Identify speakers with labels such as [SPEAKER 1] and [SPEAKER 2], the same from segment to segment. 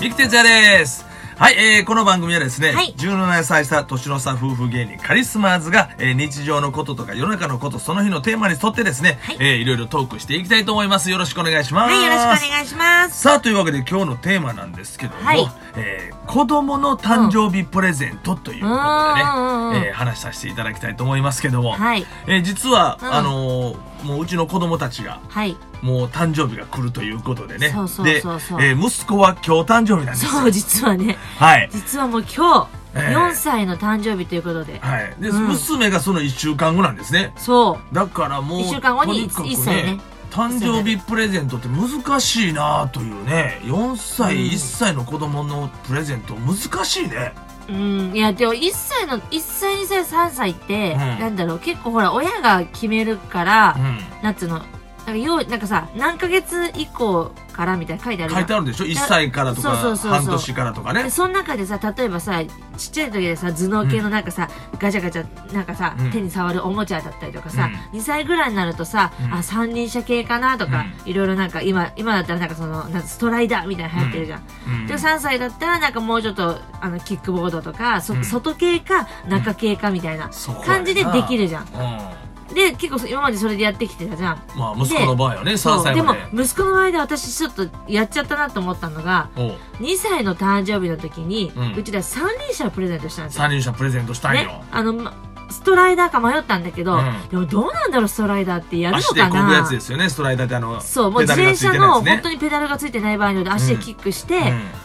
[SPEAKER 1] ミキテツヤですはい、えーこの番組はですね、
[SPEAKER 2] はい
[SPEAKER 1] 17歳差年の差夫婦芸人カリスマーズが、えー日常のこととか世の中のことその日のテーマに沿ってですね、
[SPEAKER 2] はい
[SPEAKER 1] いえーいろいろトークしていきたいと思いますよろしくお願いします、
[SPEAKER 2] はい、よろしくお願いします。
[SPEAKER 1] さあというわけで今日のテーマなんですけども、
[SPEAKER 2] はい
[SPEAKER 1] えー子供の誕生日プレゼントということでね、
[SPEAKER 2] うんうんうん
[SPEAKER 1] えー話させていただきたいと思いますけども、
[SPEAKER 2] はい。
[SPEAKER 1] えー実は、
[SPEAKER 2] うん
[SPEAKER 1] あのーもううちの子供たちが
[SPEAKER 2] はい。
[SPEAKER 1] もう誕生日が来るということでね
[SPEAKER 2] そうそうそうそう
[SPEAKER 1] で、えー息子は今日誕生日なんですよ
[SPEAKER 2] そう、実はね、
[SPEAKER 1] はい、
[SPEAKER 2] 実はもう今日、
[SPEAKER 1] えー
[SPEAKER 2] 4歳の誕生日ということで、
[SPEAKER 1] はい、で、
[SPEAKER 2] うん
[SPEAKER 1] 娘がその1週間後なんですね
[SPEAKER 2] そ
[SPEAKER 1] だからもう
[SPEAKER 2] 一週間後に
[SPEAKER 1] とにかく
[SPEAKER 2] 一歳ね
[SPEAKER 1] 誕生日プレゼントって難しいなというね4歳、
[SPEAKER 2] うん
[SPEAKER 1] 1歳の子供のプレゼント難しいね
[SPEAKER 2] う、うん、いや、でも1歳の、1歳、2歳、3歳って、
[SPEAKER 1] うん
[SPEAKER 2] なんだろう、結構ほら、親が決めるから、
[SPEAKER 1] う
[SPEAKER 2] なんつうの、なんかよう、なんかさ、何ヶ月以降からみたいな書いてあるじ
[SPEAKER 1] ん
[SPEAKER 2] ゃ
[SPEAKER 1] 書
[SPEAKER 2] ん
[SPEAKER 1] いてあるでしょ1歳からとか
[SPEAKER 2] そうそうそうそう
[SPEAKER 1] 半年からとかね
[SPEAKER 2] でその中でさ例えばさちっちゃい時でさ頭脳系のなんかさ、ガチャガチャなんかさ、
[SPEAKER 1] うん
[SPEAKER 2] 手に触るおもちゃだったりとかさ、2歳ぐらいになるとさ、
[SPEAKER 1] うん
[SPEAKER 2] あ三輪車系かなとか、いろいろなんか今今だったらなんかそのなんかストライダーみたいなの流行ってるじゃん、
[SPEAKER 1] うん
[SPEAKER 2] で3歳だったらなんかもうちょっとあのキックボードとかそ、
[SPEAKER 1] うん
[SPEAKER 2] 外系か中系かみたいな
[SPEAKER 1] そうやな
[SPEAKER 2] 感じでできるじゃん
[SPEAKER 1] うんま
[SPEAKER 2] で結構そ今までそれでやってきてたじゃん
[SPEAKER 1] あ息子の場合はね3
[SPEAKER 2] そう
[SPEAKER 1] 歳
[SPEAKER 2] で
[SPEAKER 1] ま
[SPEAKER 2] も
[SPEAKER 1] で
[SPEAKER 2] 息子の前で私ちょっとやっちゃったなと思ったのが
[SPEAKER 1] おう
[SPEAKER 2] 2歳の誕生日の時に、
[SPEAKER 1] う
[SPEAKER 2] うんちら三輪車をプレゼントしたんですよ。
[SPEAKER 1] 三輪車プレゼントしたいよ、
[SPEAKER 2] ね、あの、まストライダーか迷ったんだけど、
[SPEAKER 1] うん
[SPEAKER 2] でもどうなんだろう、ストライダーってやるの
[SPEAKER 1] 足で
[SPEAKER 2] か
[SPEAKER 1] こぐや
[SPEAKER 2] な
[SPEAKER 1] つですよねストライダーってあの
[SPEAKER 2] そう、もう自転車の本当にペダルがついてない場合によって足でキックして、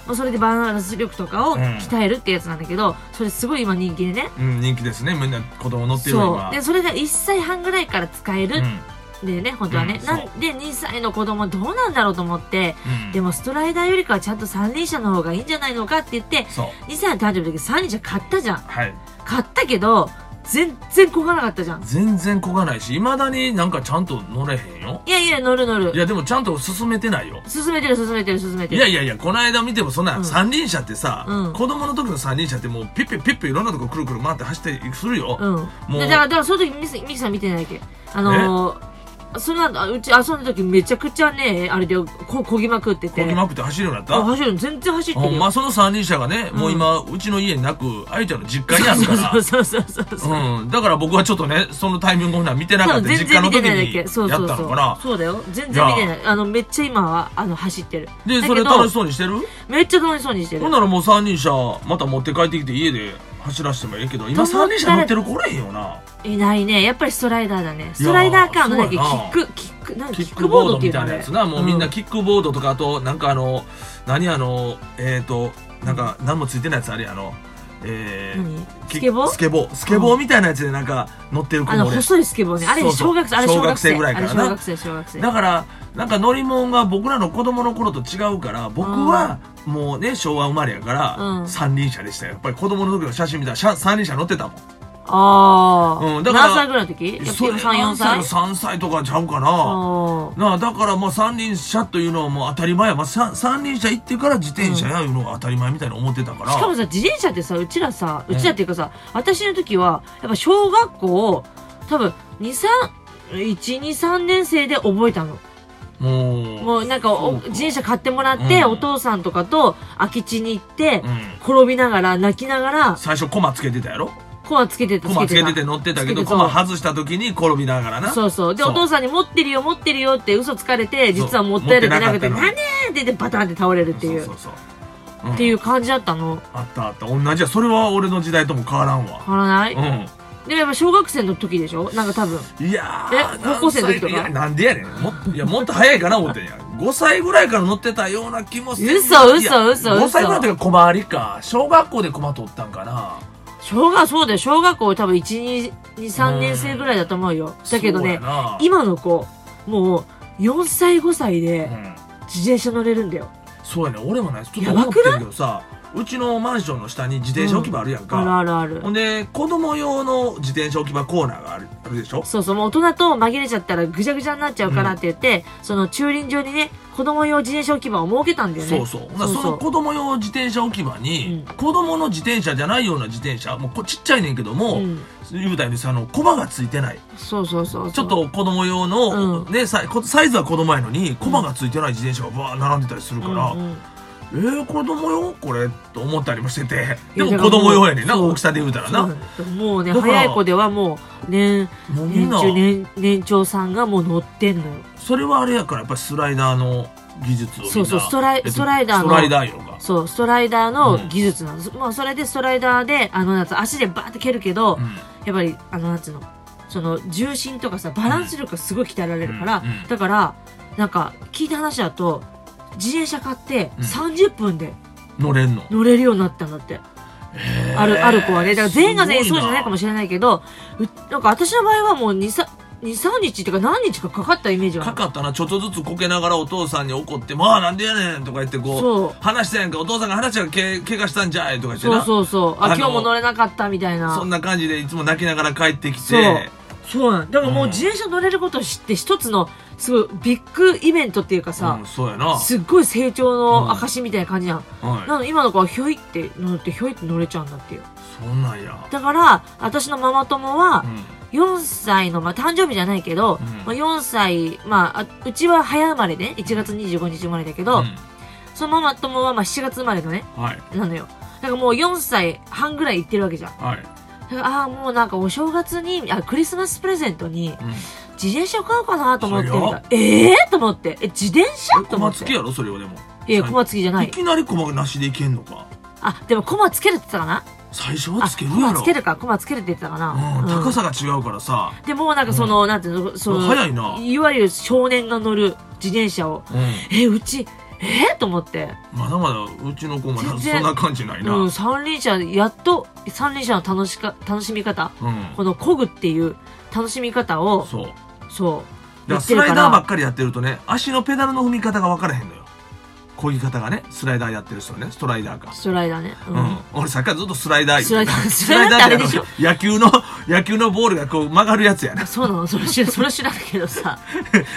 [SPEAKER 2] もうそれでバランス力とかを鍛えるってやつなんだけど、それすごい今人気でね。
[SPEAKER 1] うんうん人気ですねみんな子供乗ってる
[SPEAKER 2] そ
[SPEAKER 1] わ
[SPEAKER 2] う。で、それが1歳半ぐらいから使え
[SPEAKER 1] 今
[SPEAKER 2] るんだよね、本当はね。
[SPEAKER 1] うん
[SPEAKER 2] な
[SPEAKER 1] そ
[SPEAKER 2] んで、2歳の子供どうなんだろうと思って、
[SPEAKER 1] うん
[SPEAKER 2] でもストライダーよりかはちゃんと三輪車の方がいいんじゃないのかって言って、
[SPEAKER 1] そう
[SPEAKER 2] 2歳の誕生日の時三輪車買ったじゃん。
[SPEAKER 1] はい
[SPEAKER 2] 買ったけど全然こがなかったじゃん
[SPEAKER 1] 全然こがないしいまだになんかちゃんと乗れへんよ
[SPEAKER 2] いやいや乗る乗
[SPEAKER 1] い
[SPEAKER 2] る
[SPEAKER 1] やでもちゃんと進めてないよ
[SPEAKER 2] 進めてる進めてる進めて
[SPEAKER 1] い
[SPEAKER 2] る
[SPEAKER 1] やいやいやこの間見てもそんな、
[SPEAKER 2] うん
[SPEAKER 1] 三輪車ってさ、
[SPEAKER 2] うん
[SPEAKER 1] 子供の時の三輪車ってもうピッピッピッピッいろんなとこくるくる回って走っていくするよ、
[SPEAKER 2] うん
[SPEAKER 1] もう
[SPEAKER 2] でだからだからその時ミキミキさん見てないだけあのー、その後あうち遊んだ時めちゃくちゃねあれでここぎまくってて
[SPEAKER 1] こぎまくって走るようになっ
[SPEAKER 2] あ
[SPEAKER 1] た
[SPEAKER 2] 走る全然走って
[SPEAKER 1] ほ
[SPEAKER 2] る
[SPEAKER 1] ん
[SPEAKER 2] よ、
[SPEAKER 1] まその三輪車がね、
[SPEAKER 2] うん
[SPEAKER 1] もう今うちの家になくあゆちゃんの実家にあるから
[SPEAKER 2] そうそうそうそうそうそう、
[SPEAKER 1] うん、だから僕はちょっとねそのタイミングを見てなか
[SPEAKER 2] 多
[SPEAKER 1] った
[SPEAKER 2] 分
[SPEAKER 1] 実
[SPEAKER 2] 全然
[SPEAKER 1] 家の
[SPEAKER 2] 見て
[SPEAKER 1] 時
[SPEAKER 2] ない
[SPEAKER 1] に
[SPEAKER 2] だ
[SPEAKER 1] や
[SPEAKER 2] け
[SPEAKER 1] っ
[SPEAKER 2] そう
[SPEAKER 1] た
[SPEAKER 2] そう
[SPEAKER 1] の
[SPEAKER 2] そう
[SPEAKER 1] かな
[SPEAKER 2] そうだよ全然見てないあのめっちゃ今はあの走ってる
[SPEAKER 1] で
[SPEAKER 2] だ
[SPEAKER 1] そ
[SPEAKER 2] け
[SPEAKER 1] れ
[SPEAKER 2] ど
[SPEAKER 1] 楽しそうにしてる
[SPEAKER 2] めっちゃ楽しそうにしてる
[SPEAKER 1] ほんならもう三輪車また持って帰ってきて家で走らせてもええけど今三輪車乗ってる子おれへんよない
[SPEAKER 2] ないねやっぱりストライダーだねストライダーかのなんだっけキ
[SPEAKER 1] そうやな
[SPEAKER 2] ックキックなんか
[SPEAKER 1] キ
[SPEAKER 2] キ
[SPEAKER 1] ッ
[SPEAKER 2] ッ
[SPEAKER 1] ク
[SPEAKER 2] ク
[SPEAKER 1] ボ
[SPEAKER 2] ボ
[SPEAKER 1] ー
[SPEAKER 2] ー
[SPEAKER 1] ド
[SPEAKER 2] ドってい
[SPEAKER 1] み
[SPEAKER 2] うの
[SPEAKER 1] た
[SPEAKER 2] あれ
[SPEAKER 1] いなやつなもうみん
[SPEAKER 2] う
[SPEAKER 1] なんキックボードとかあとなんかあの何あのえっ、となんか何もついてないやつあれやあのえー
[SPEAKER 2] 何
[SPEAKER 1] き
[SPEAKER 2] スケボー
[SPEAKER 1] スケボースケボーみたいなやつでなんか乗ってる子
[SPEAKER 2] あ
[SPEAKER 1] も
[SPEAKER 2] の
[SPEAKER 1] おれへん
[SPEAKER 2] 細いスケボーねあれ
[SPEAKER 1] そうそう
[SPEAKER 2] 小学生あれ
[SPEAKER 1] 小
[SPEAKER 2] 小
[SPEAKER 1] 学
[SPEAKER 2] 学
[SPEAKER 1] 生
[SPEAKER 2] 生
[SPEAKER 1] ぐらいから
[SPEAKER 2] あ
[SPEAKER 1] な
[SPEAKER 2] れ小学生小学生
[SPEAKER 1] だからなんか乗り物が僕らの子供の頃と違うから僕はもうね昭和生まれやから、
[SPEAKER 2] うん
[SPEAKER 1] 三輪車でしたよやっぱり子供の時の写真見たらしゃ三輪車乗ってたもん
[SPEAKER 2] ああ、
[SPEAKER 1] うんだから
[SPEAKER 2] 何歳ぐらいの時やっぱ
[SPEAKER 1] それ
[SPEAKER 2] 34歳
[SPEAKER 1] 何三歳とかちゃうかな
[SPEAKER 2] あ
[SPEAKER 1] なあだからもう三輪車というのはもう当たり前や、まあ、さ三輪車行ってから自転車やいうのが当たり前みたいに思ってたから、
[SPEAKER 2] ーしかもさ自転車ってさうちらさうちらっていうかさ、私の時はやっぱ小学校多分23123年生で覚えたの
[SPEAKER 1] もう
[SPEAKER 2] もうなんかお
[SPEAKER 1] そう
[SPEAKER 2] 自転車買ってもらって、
[SPEAKER 1] うん
[SPEAKER 2] お父さんとかと空き地に行って、
[SPEAKER 1] うん
[SPEAKER 2] 転びながら泣きながら
[SPEAKER 1] 最初コマつけてたやろ
[SPEAKER 2] コアつけてた
[SPEAKER 1] コマつけて
[SPEAKER 2] た
[SPEAKER 1] て乗ってたけ
[SPEAKER 2] つけ
[SPEAKER 1] ど
[SPEAKER 2] てた
[SPEAKER 1] コマ外した時に転びながらな
[SPEAKER 2] そうそうで
[SPEAKER 1] そう
[SPEAKER 2] お父さんに持ってるよ持ってるよって嘘つかれて実は持ってるってなくて
[SPEAKER 1] 持ってなか
[SPEAKER 2] なん
[SPEAKER 1] ったの
[SPEAKER 2] でって言ってバタンって倒れるっていう
[SPEAKER 1] そうそうそう、うん
[SPEAKER 2] っていう感じだったの
[SPEAKER 1] あったあった同じやそれは俺の時代とも変わらんわ
[SPEAKER 2] 変わらない、
[SPEAKER 1] う
[SPEAKER 2] でもやっぱ小学生の時でしょなんか多分
[SPEAKER 1] んいや
[SPEAKER 2] え
[SPEAKER 1] ー
[SPEAKER 2] 高校生の時とか
[SPEAKER 1] 何歳いやなんでやねんもっいやもっと早いかな思ってんや5歳ぐらいから乗ってたような気もする
[SPEAKER 2] 嘘嘘
[SPEAKER 1] いや
[SPEAKER 2] 嘘嘘
[SPEAKER 1] 5歳ぐらいの時は小回りか小学校で駒取ったんかな
[SPEAKER 2] 小学そうだよ小学校多分123年生ぐらいだと思うよだけどね
[SPEAKER 1] そうやな
[SPEAKER 2] 今の子もう4歳5歳で
[SPEAKER 1] うん
[SPEAKER 2] 自転車乗れるんだよ、
[SPEAKER 1] そうやね俺もねちょっと
[SPEAKER 2] や
[SPEAKER 1] 思
[SPEAKER 2] ば
[SPEAKER 1] っ
[SPEAKER 2] く
[SPEAKER 1] てるけどさうちのマンションの下に自転車置き場あるやん
[SPEAKER 2] ある
[SPEAKER 1] か、
[SPEAKER 2] あるある
[SPEAKER 1] ほんで子供用の自転車置き場コーナーがあるあるでしょ
[SPEAKER 2] そうそう、もう大人と紛れちゃったらぐちゃぐちゃになっちゃうからって言って、その駐輪場にね、子供用自転車置き場を設けたんだよね。
[SPEAKER 1] そうそうほんなら
[SPEAKER 2] そう
[SPEAKER 1] そ
[SPEAKER 2] そ
[SPEAKER 1] の
[SPEAKER 2] う
[SPEAKER 1] 子供用自転車置き場に、
[SPEAKER 2] う
[SPEAKER 1] 子供の自転車じゃないような自転車もうこちっちゃいねんけども、
[SPEAKER 2] うん
[SPEAKER 1] 言うたようにさあのコマがついてない
[SPEAKER 2] そうそうそうそう。
[SPEAKER 1] ちょっと子供用の、
[SPEAKER 2] う
[SPEAKER 1] ね、サイこサイズは子供やのにコマがついてない自転車がバー並んでたりするから、
[SPEAKER 2] うんうん
[SPEAKER 1] えー、子供よこれと思ったりもしてて
[SPEAKER 2] いやだ
[SPEAKER 1] でも
[SPEAKER 2] から
[SPEAKER 1] 子供用やねんな
[SPEAKER 2] そう
[SPEAKER 1] 大きさで言うたらな
[SPEAKER 2] そうもうね
[SPEAKER 1] だから
[SPEAKER 2] 早い子ではもう年
[SPEAKER 1] もうみ
[SPEAKER 2] 年
[SPEAKER 1] んな
[SPEAKER 2] 中年年長さんがもう乗ってんのよ
[SPEAKER 1] それはあれやからやっぱりスライダーの技術をみんな
[SPEAKER 2] そうそうストライ
[SPEAKER 1] えっと
[SPEAKER 2] ストライダーの
[SPEAKER 1] ストライダーよが
[SPEAKER 2] そうストライダーの技術なの、そまあ、それでストライダーであのなんつうの足でバーって蹴るけど、やっぱりあのなんつうのその重心とかさバランス力がすごい鍛えられるから、
[SPEAKER 1] うんうん
[SPEAKER 2] だからなんか聞いた話だと自転車買って
[SPEAKER 1] うん
[SPEAKER 2] 30分で
[SPEAKER 1] うん、乗れんの
[SPEAKER 2] 乗れるようになったんだって、
[SPEAKER 1] へー
[SPEAKER 2] あるある子はねだから全員が全員
[SPEAKER 1] す
[SPEAKER 2] そ
[SPEAKER 1] ご
[SPEAKER 2] うじゃないかも
[SPEAKER 1] し
[SPEAKER 2] しれないけどうなんか私の場合はもう23日っていうか何日かかかったイメージがあ
[SPEAKER 1] か
[SPEAKER 2] る
[SPEAKER 1] かったなちょっとずつこけながらお父さんに怒って「まあなんでやねん」とか言ってこう
[SPEAKER 2] そう
[SPEAKER 1] 話したやんかお父さんが話したらけ怪我したんじゃいとか言って
[SPEAKER 2] そう
[SPEAKER 1] な
[SPEAKER 2] そうそうあ
[SPEAKER 1] あの
[SPEAKER 2] 今日も乗れなかったみたいな
[SPEAKER 1] そんな感じでいつも泣きながら帰ってき
[SPEAKER 2] そう
[SPEAKER 1] て
[SPEAKER 2] そうなんだからもううん自転車乗れることを知って一つのすごいビッグイベントっていうかさ
[SPEAKER 1] う、ん、そうやな、はい、
[SPEAKER 2] すっごい成長の証みたいな感じじゃん、なので今の子はひょいって乗ってひょいって乗れちゃうんだっていう
[SPEAKER 1] そんなんや、
[SPEAKER 2] だから私のママ友は
[SPEAKER 1] うん
[SPEAKER 2] 4歳の、まあ、誕生日じゃないけど、
[SPEAKER 1] うん
[SPEAKER 2] まあ、4歳、まああ、うちは早生まれね1月25日生まれだけど、
[SPEAKER 1] う
[SPEAKER 2] そのママ友はまあ7月生まれのね
[SPEAKER 1] ん、はい
[SPEAKER 2] なのよだからもう4歳半ぐらい行ってるわけじゃん
[SPEAKER 1] はい、
[SPEAKER 2] だからああーもうなんかお正月にあクリスマスプレゼントに
[SPEAKER 1] うん、
[SPEAKER 2] 自転車買おうかなと思って
[SPEAKER 1] そ
[SPEAKER 2] み
[SPEAKER 1] れ
[SPEAKER 2] た
[SPEAKER 1] よ
[SPEAKER 2] らええー、と思ってえ自転車と思
[SPEAKER 1] 駒
[SPEAKER 2] っ
[SPEAKER 1] つ
[SPEAKER 2] て
[SPEAKER 1] けやろそれはでも
[SPEAKER 2] いや駒付きじゃない
[SPEAKER 1] いきなり駒なしでいけんのか
[SPEAKER 2] あでも駒つけるって言ってたかな
[SPEAKER 1] 最初
[SPEAKER 2] あ
[SPEAKER 1] はつけるや
[SPEAKER 2] 駒
[SPEAKER 1] ろ
[SPEAKER 2] つけるか駒つけるって言ってたかな、
[SPEAKER 1] うん、
[SPEAKER 2] うん
[SPEAKER 1] 高さが違うからさ、
[SPEAKER 2] でもうなんかその、なんていうのその
[SPEAKER 1] 早いない
[SPEAKER 2] わゆる少年が乗る自転車を
[SPEAKER 1] うん、
[SPEAKER 2] えうちえー、と思って、
[SPEAKER 1] まだまだうちの子まだ
[SPEAKER 2] 全然
[SPEAKER 1] そんな感じないな、
[SPEAKER 2] う、
[SPEAKER 1] うんん
[SPEAKER 2] 三輪車やっと三輪車の楽しか楽しみ方このこぐっていう楽しみ方を
[SPEAKER 1] そうだ
[SPEAKER 2] そう
[SPEAKER 1] からスライダーばっかりやってるとね足のペダルの踏み方が分からへんのよ漕ぎ方がねスライダーやってる人はねストライダーか
[SPEAKER 2] ストライダーね、う
[SPEAKER 1] うんん、俺さっきからずっとスライダー言うてた
[SPEAKER 2] スライダー
[SPEAKER 1] スラ
[SPEAKER 2] スライ
[SPEAKER 1] イダー
[SPEAKER 2] ダーっ
[SPEAKER 1] ってあの野球の野球のボールがこう曲がるやつやな
[SPEAKER 2] そうなのそれ知らそれ知らないけどさ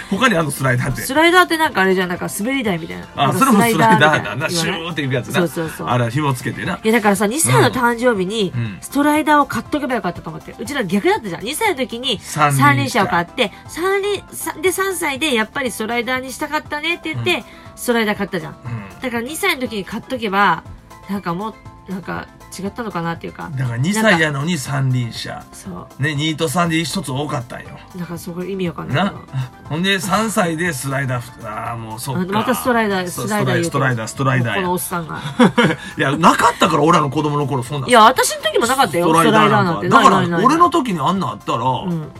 [SPEAKER 1] 他にあのスライダーって
[SPEAKER 2] スライダーってなんかあれじゃんなんか滑り台みたいな
[SPEAKER 1] あ
[SPEAKER 2] なんか
[SPEAKER 1] それもスライダー
[SPEAKER 2] みた
[SPEAKER 1] だ
[SPEAKER 2] いな
[SPEAKER 1] なシ
[SPEAKER 2] 言わ
[SPEAKER 1] ュ
[SPEAKER 2] ない
[SPEAKER 1] ーっていくやつな
[SPEAKER 2] そうそうそう
[SPEAKER 1] あれ紐つけてない
[SPEAKER 2] やだからさ2歳の誕生日に
[SPEAKER 1] うん
[SPEAKER 2] ストライダーを買っとけばよかったと思ってうちら逆だったじゃん2歳の時に
[SPEAKER 1] 三輪車
[SPEAKER 2] 三輪車を買って三輪さで3歳でやっぱりストライダーにしたかったねって言って、ストライダー買ったじゃん
[SPEAKER 1] う
[SPEAKER 2] だから2歳の時に買っとけばなんかもうなんか違ったのかなっていうか
[SPEAKER 1] んだから2歳やのに三輪車
[SPEAKER 2] そ
[SPEAKER 1] ね2と3で一つ多かったんよ
[SPEAKER 2] うだからそこ意味わかんないけ
[SPEAKER 1] な
[SPEAKER 2] ど
[SPEAKER 1] ほんで3歳でスライダーああもうそ
[SPEAKER 2] あ
[SPEAKER 1] っか
[SPEAKER 2] またストライダー
[SPEAKER 1] そ
[SPEAKER 2] ス
[SPEAKER 1] う
[SPEAKER 2] トライダー
[SPEAKER 1] ストライダーストライダー
[SPEAKER 2] こ
[SPEAKER 1] スト
[SPEAKER 2] のお
[SPEAKER 1] ラ
[SPEAKER 2] っさんが
[SPEAKER 1] イダーやいやなかったから俺らの子供の頃そんなん
[SPEAKER 2] いや私の時もなかったよストライダーなんて
[SPEAKER 1] だから
[SPEAKER 2] ないないない
[SPEAKER 1] 俺の時にあんなんあったら、
[SPEAKER 2] ん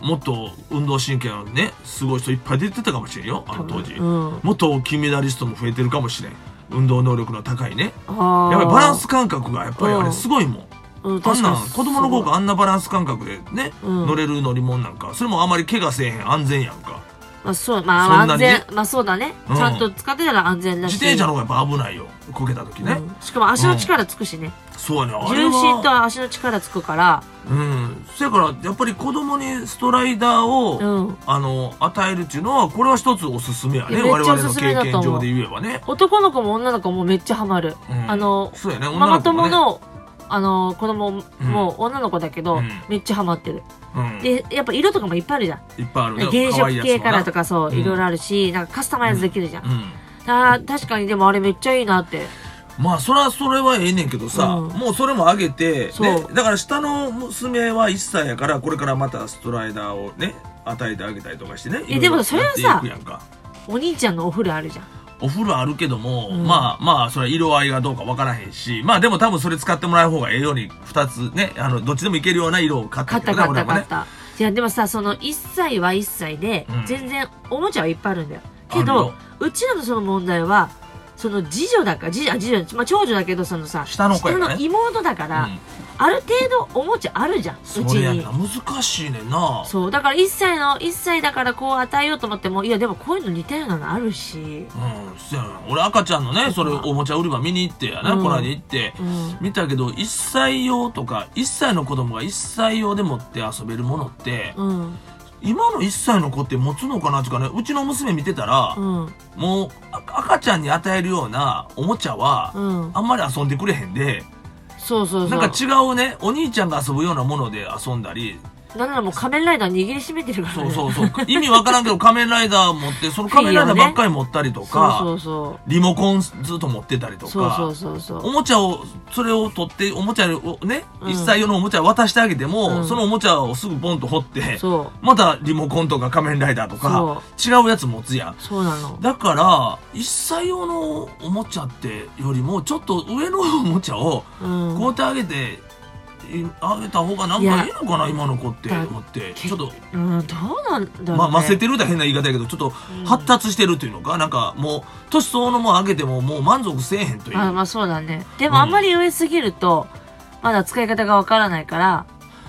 [SPEAKER 1] もっと運動神経のねすごい人いっぱい出てたかもしれんよあの当時、
[SPEAKER 2] うん
[SPEAKER 1] もっと金メダリストも増えてるかもしれん運動能力の高いね
[SPEAKER 2] あー
[SPEAKER 1] やっぱりバランス感覚がやっぱりあれすごいもん、
[SPEAKER 2] うん
[SPEAKER 1] あん
[SPEAKER 2] 確か
[SPEAKER 1] な
[SPEAKER 2] に
[SPEAKER 1] ん子供の頃からあんなバランス感覚でね、
[SPEAKER 2] うん
[SPEAKER 1] 乗れる乗り物なんかそれもあまり怪我せえへん安全やんか
[SPEAKER 2] まあそう、まあ
[SPEAKER 1] そんな
[SPEAKER 2] 安
[SPEAKER 1] にね
[SPEAKER 2] 全、まあそうだね。
[SPEAKER 1] うん
[SPEAKER 2] ちゃんと使ってたら安全だし。
[SPEAKER 1] 自転車の方がやっぱ危ないよこけた時ね、
[SPEAKER 2] うんしかも足の力つくしね。
[SPEAKER 1] そうやねあれ
[SPEAKER 2] 重心
[SPEAKER 1] は
[SPEAKER 2] と足の力つくから、
[SPEAKER 1] うんそやからやっぱり子供にストライダーを、
[SPEAKER 2] うん。
[SPEAKER 1] あの与えるっていうのはこれは一つおすすめや
[SPEAKER 2] い
[SPEAKER 1] ね
[SPEAKER 2] やめっちゃ
[SPEAKER 1] 我々の
[SPEAKER 2] おすすめだ
[SPEAKER 1] 経
[SPEAKER 2] と思
[SPEAKER 1] 験
[SPEAKER 2] う
[SPEAKER 1] 上で言えばね、
[SPEAKER 2] 男の子も女の子もめっちゃハマる。
[SPEAKER 1] うん
[SPEAKER 2] あの、
[SPEAKER 1] そうやね
[SPEAKER 2] マ
[SPEAKER 1] 女
[SPEAKER 2] マ
[SPEAKER 1] の子も
[SPEAKER 2] 友
[SPEAKER 1] ね
[SPEAKER 2] の、あの、子供も女の子だけど、
[SPEAKER 1] うん
[SPEAKER 2] めっちゃハマってる。
[SPEAKER 1] うん
[SPEAKER 2] で、やっぱ色とかもいっぱいあるじゃん。
[SPEAKER 1] いっぱいあるね
[SPEAKER 2] 原
[SPEAKER 1] 可愛い
[SPEAKER 2] 色
[SPEAKER 1] やつ
[SPEAKER 2] 系からと
[SPEAKER 1] か
[SPEAKER 2] かそう、
[SPEAKER 1] うん
[SPEAKER 2] いろいろあるし、なんかカスタマイズできるじゃん。
[SPEAKER 1] うん
[SPEAKER 2] あー確かにでもあれめっちゃいいなって。
[SPEAKER 1] まあそれはそれはええねんけどさ、
[SPEAKER 2] うん
[SPEAKER 1] もうそれも上げて、
[SPEAKER 2] そう
[SPEAKER 1] ねだから下の娘は1歳やからこれからまたストライダーをね与えてあげたりとかしてね
[SPEAKER 2] えでもそれはさ
[SPEAKER 1] いろいろやっていくやんか
[SPEAKER 2] お兄ちゃんのお風呂あるじゃん。
[SPEAKER 1] お風呂あるけども、
[SPEAKER 2] うん
[SPEAKER 1] まあまあそれは色合いがどうかわからへんしまあでも多分それ使ってもらう方がええように2つねあのどっちでもいけるような色を買っ
[SPEAKER 2] 買
[SPEAKER 1] た
[SPEAKER 2] っ
[SPEAKER 1] けど
[SPEAKER 2] た
[SPEAKER 1] ね
[SPEAKER 2] 買っ
[SPEAKER 1] 俺
[SPEAKER 2] た
[SPEAKER 1] らもね
[SPEAKER 2] 買った。いやでもさその1歳は1歳で、
[SPEAKER 1] うん
[SPEAKER 2] 全然おもちゃはいっぱいあるんだよ。け
[SPEAKER 1] あるよ
[SPEAKER 2] どうちらのその問題はその次女だから次女あ次女、まあ、長女だけどそのさ
[SPEAKER 1] 下の子やからね
[SPEAKER 2] 妹だから、
[SPEAKER 1] うん
[SPEAKER 2] ある程度おもちゃあるじゃんうち
[SPEAKER 1] それや
[SPEAKER 2] に
[SPEAKER 1] な。難しいねんな
[SPEAKER 2] そうだから1歳の1歳だからこう与えようと思ってもいやでもこういうの似たようなのあるし、
[SPEAKER 1] うんそやな俺赤ちゃんのねそれおもちゃ売り場見に行ってやな、
[SPEAKER 2] うん
[SPEAKER 1] こないで行って
[SPEAKER 2] うん、
[SPEAKER 1] 見たけど1歳用とか1歳の子供が1歳用で持って遊べるものって、
[SPEAKER 2] うん
[SPEAKER 1] 今の1歳の子って持つのかなっていうかねうちの娘見てたら
[SPEAKER 2] う、ん
[SPEAKER 1] もうあ赤ちゃんに与えるようなおもちゃは、
[SPEAKER 2] うん
[SPEAKER 1] あんまり遊んでくれへんで
[SPEAKER 2] そうそうそう
[SPEAKER 1] なんか違うねお兄ちゃんが遊ぶようなもので遊んだり
[SPEAKER 2] なんならもう仮面ライダー握りしめてるから
[SPEAKER 1] そ
[SPEAKER 2] ね
[SPEAKER 1] うそう そう。意味わからんけど仮面ライダー持って、その仮面ライダーばっかり持ったりとか、
[SPEAKER 2] そうそう
[SPEAKER 1] リモコンずっと持ってたりとか、
[SPEAKER 2] そうそうそうそうそ
[SPEAKER 1] おもちゃを、それを取って、おもちゃをね、
[SPEAKER 2] うん
[SPEAKER 1] 一切用のおもちゃを渡してあげても、
[SPEAKER 2] うん
[SPEAKER 1] そのおもちゃをすぐボンと掘って
[SPEAKER 2] う、そう
[SPEAKER 1] またリモコンとか仮面ライダーとか、違うやつ持つやん。
[SPEAKER 2] そうなの
[SPEAKER 1] だから、一切用のおもちゃってよりも、ちょっと上のおもちゃを
[SPEAKER 2] うん
[SPEAKER 1] こうやってあげて、いあげた方がなんかいいのかな、今の子って
[SPEAKER 2] だ
[SPEAKER 1] 思って、
[SPEAKER 2] け
[SPEAKER 1] ちょっと、
[SPEAKER 2] うんどうなんだろう、ね、
[SPEAKER 1] まあ、ませてるだ変な言い方やけど、ちょっと
[SPEAKER 2] うん
[SPEAKER 1] 発達してるというのか、なんかもう、年相応のもんあげても、もう満足せえへんという。
[SPEAKER 2] あまあそうだねで
[SPEAKER 1] う
[SPEAKER 2] も
[SPEAKER 1] ん
[SPEAKER 2] あんまり上すぎるとまだ使い方がわからないから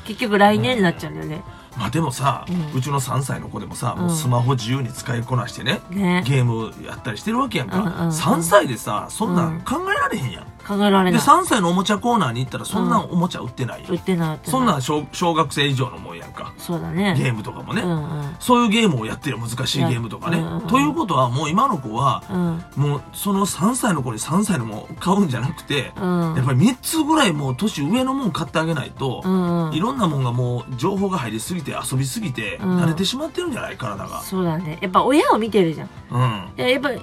[SPEAKER 2] 結局来年になっちゃうんだよね、
[SPEAKER 1] まあでもさ、
[SPEAKER 2] う
[SPEAKER 1] うんちの3歳の子でもさ、
[SPEAKER 2] うん
[SPEAKER 1] もうスマホ自由に使いこなしてね、
[SPEAKER 2] ね
[SPEAKER 1] ゲームやったりしてるわけやんか、
[SPEAKER 2] うんうんうん
[SPEAKER 1] 3歳でさそんな
[SPEAKER 2] うん
[SPEAKER 1] ん考えられへんやん、
[SPEAKER 2] 考えられ
[SPEAKER 1] で
[SPEAKER 2] ない
[SPEAKER 1] 3歳のおもちゃコーナーに行ったらそんな
[SPEAKER 2] うん
[SPEAKER 1] おもちゃ売ってないやん、
[SPEAKER 2] 売ってない売ってない
[SPEAKER 1] そんなん小小学生以上のもんやんか
[SPEAKER 2] そうだね
[SPEAKER 1] ゲームとかもね、
[SPEAKER 2] うん
[SPEAKER 1] そういうゲームをやってる難しいゲームとかね、
[SPEAKER 2] うんうんうん
[SPEAKER 1] ということはもう今の子は
[SPEAKER 2] うん
[SPEAKER 1] もうその3歳の子に3歳のもん買うんじゃなくて、
[SPEAKER 2] うんうん
[SPEAKER 1] やっぱり3つぐらいもう年上のもん買ってあげないと、
[SPEAKER 2] うんうん
[SPEAKER 1] いろんなもんがもう情報が入りすぎて遊びすぎて
[SPEAKER 2] うん
[SPEAKER 1] 慣れてしまってるんじゃない体が。
[SPEAKER 2] そうだねやっぱ親を見てるじゃん
[SPEAKER 1] うん。
[SPEAKER 2] いややっぱや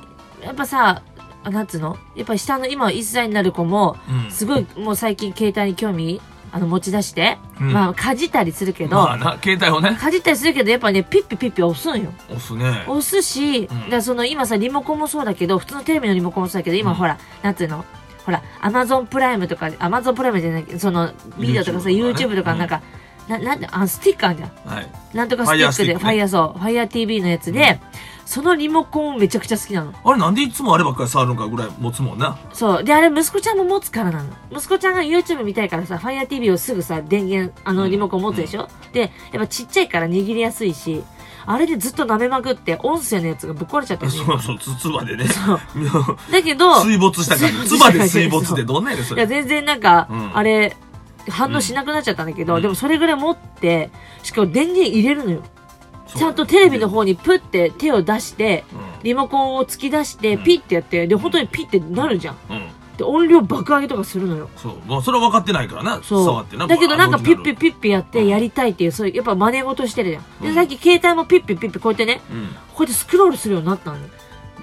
[SPEAKER 2] っぱさなんつうのやっぱ下の今1歳になる子も
[SPEAKER 1] うん。
[SPEAKER 2] すごいもう最近携帯に興味あの持ち出して、
[SPEAKER 1] うん
[SPEAKER 2] まあかじったりするけど、
[SPEAKER 1] まあな、携帯をね、
[SPEAKER 2] かじったりするけどやっぱねピッピピッピ押すんよ
[SPEAKER 1] 押すね。
[SPEAKER 2] 押すし、
[SPEAKER 1] うん
[SPEAKER 2] だからその今さリモコンもそうだけど普通のテレビのリモコンもそうだけど今
[SPEAKER 1] うん
[SPEAKER 2] ほら、なんていうのほらアマゾンプライムとかアマゾンプライムじゃないそのビデオとかさ
[SPEAKER 1] YouTube とか
[SPEAKER 2] YouTube
[SPEAKER 1] ね
[SPEAKER 2] とかなんか、ななんてあスティックあるじゃん
[SPEAKER 1] はい。
[SPEAKER 2] なんとかスティックで
[SPEAKER 1] Fire Stick ね
[SPEAKER 2] ファイヤーそうファイヤー TV のやつで、そのリモコンめちゃくちゃ好きなの
[SPEAKER 1] あれなんでいつもあればっかり触るのかぐらい持つもんな。
[SPEAKER 2] そうであれ息子ちゃんも持つからなの息子ちゃんが YouTube 見たいからさ FireTV をすぐさ電源あのリモコン持つでしょ、でやっぱちっちゃいから握りやすいしあれでずっと舐めまくって音声のやつがぶっ壊れちゃったのね
[SPEAKER 1] そうそう、つ、つばでね。
[SPEAKER 2] そう
[SPEAKER 1] 水
[SPEAKER 2] だけど
[SPEAKER 1] 没した感じ。
[SPEAKER 2] 水没
[SPEAKER 1] つば
[SPEAKER 2] した感
[SPEAKER 1] で
[SPEAKER 2] じ
[SPEAKER 1] 水没ってどんなんやねん、そ
[SPEAKER 2] いや
[SPEAKER 1] れ。
[SPEAKER 2] 全然なんか、
[SPEAKER 1] うん
[SPEAKER 2] あれ反応しなくなっちゃったんだけど、
[SPEAKER 1] うん
[SPEAKER 2] でもそれぐらい持ってしかも電源入れるのよ
[SPEAKER 1] そう
[SPEAKER 2] ちゃんとテレビの。方にプッて手を出して
[SPEAKER 1] う
[SPEAKER 2] リモコンを突き出して
[SPEAKER 1] うん
[SPEAKER 2] ピッてやってで本当にピッてなるじゃん
[SPEAKER 1] ん。うん。
[SPEAKER 2] で音量爆上げとかするのよ
[SPEAKER 1] そう。まあ、それは分かってないからな、
[SPEAKER 2] そう
[SPEAKER 1] 触ってな。
[SPEAKER 2] だけどなんかピッピ
[SPEAKER 1] ッ。
[SPEAKER 2] ピッピやっ
[SPEAKER 1] う
[SPEAKER 2] て
[SPEAKER 1] ん
[SPEAKER 2] やりたいっていうそういうやっぱ真似事してるじゃん
[SPEAKER 1] う
[SPEAKER 2] で
[SPEAKER 1] ん
[SPEAKER 2] さっき携帯もピッピピッピこうやってね
[SPEAKER 1] うん。
[SPEAKER 2] こうやってスクロールするようになったのよ